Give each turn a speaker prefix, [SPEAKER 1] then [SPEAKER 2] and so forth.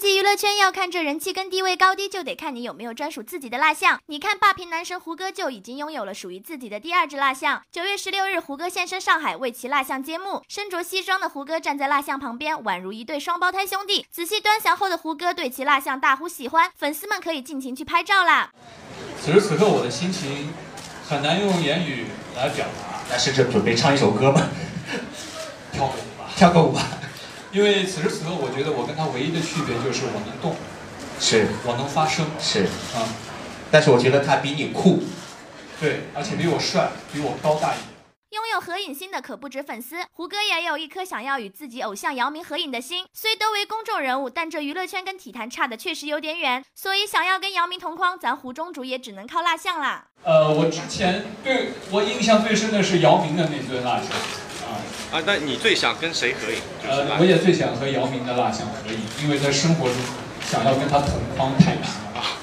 [SPEAKER 1] 季娱乐圈要看这人气跟地位高低，就得看你有没有专属自己的蜡像。你看霸屏男神胡歌就已经拥有了属于自己的第二只蜡像。九月十六日，胡歌现身上海为其蜡像揭幕，身着西装的胡歌站在蜡像旁边，宛如一对双胞胎兄弟。仔细端详后的胡歌对其蜡像大呼喜欢，粉丝们可以尽情去拍照啦。
[SPEAKER 2] 此时此刻我的心情很难用言语来表达，
[SPEAKER 3] 那试着准备唱一首歌吧，
[SPEAKER 2] 跳个舞吧。
[SPEAKER 3] 跳个舞吧。
[SPEAKER 2] 因为此时此刻，我觉得我跟他唯一的区别就是我能动，
[SPEAKER 3] 是
[SPEAKER 2] 我能发声
[SPEAKER 3] 是，
[SPEAKER 2] 啊、
[SPEAKER 3] 但是我觉得他比你酷。
[SPEAKER 2] 对，而且比我帅，比我高大一点。
[SPEAKER 1] 拥有合影心的可不止粉丝，胡歌也有一颗想要与自己偶像姚明合影的心。虽都为公众人物，但这娱乐圈跟体坛差的确实有点远，所以想要跟姚明同框，咱胡中竹也只能靠蜡像啦。
[SPEAKER 2] 呃，我之前对我印象最深的是姚明的那尊蜡像，啊、
[SPEAKER 4] 啊，那你最想跟谁合影？就是
[SPEAKER 2] 呃，
[SPEAKER 4] 吧
[SPEAKER 2] 我 也最想和姚明的蜡像合影，因为在生活中想要跟他同框太难了。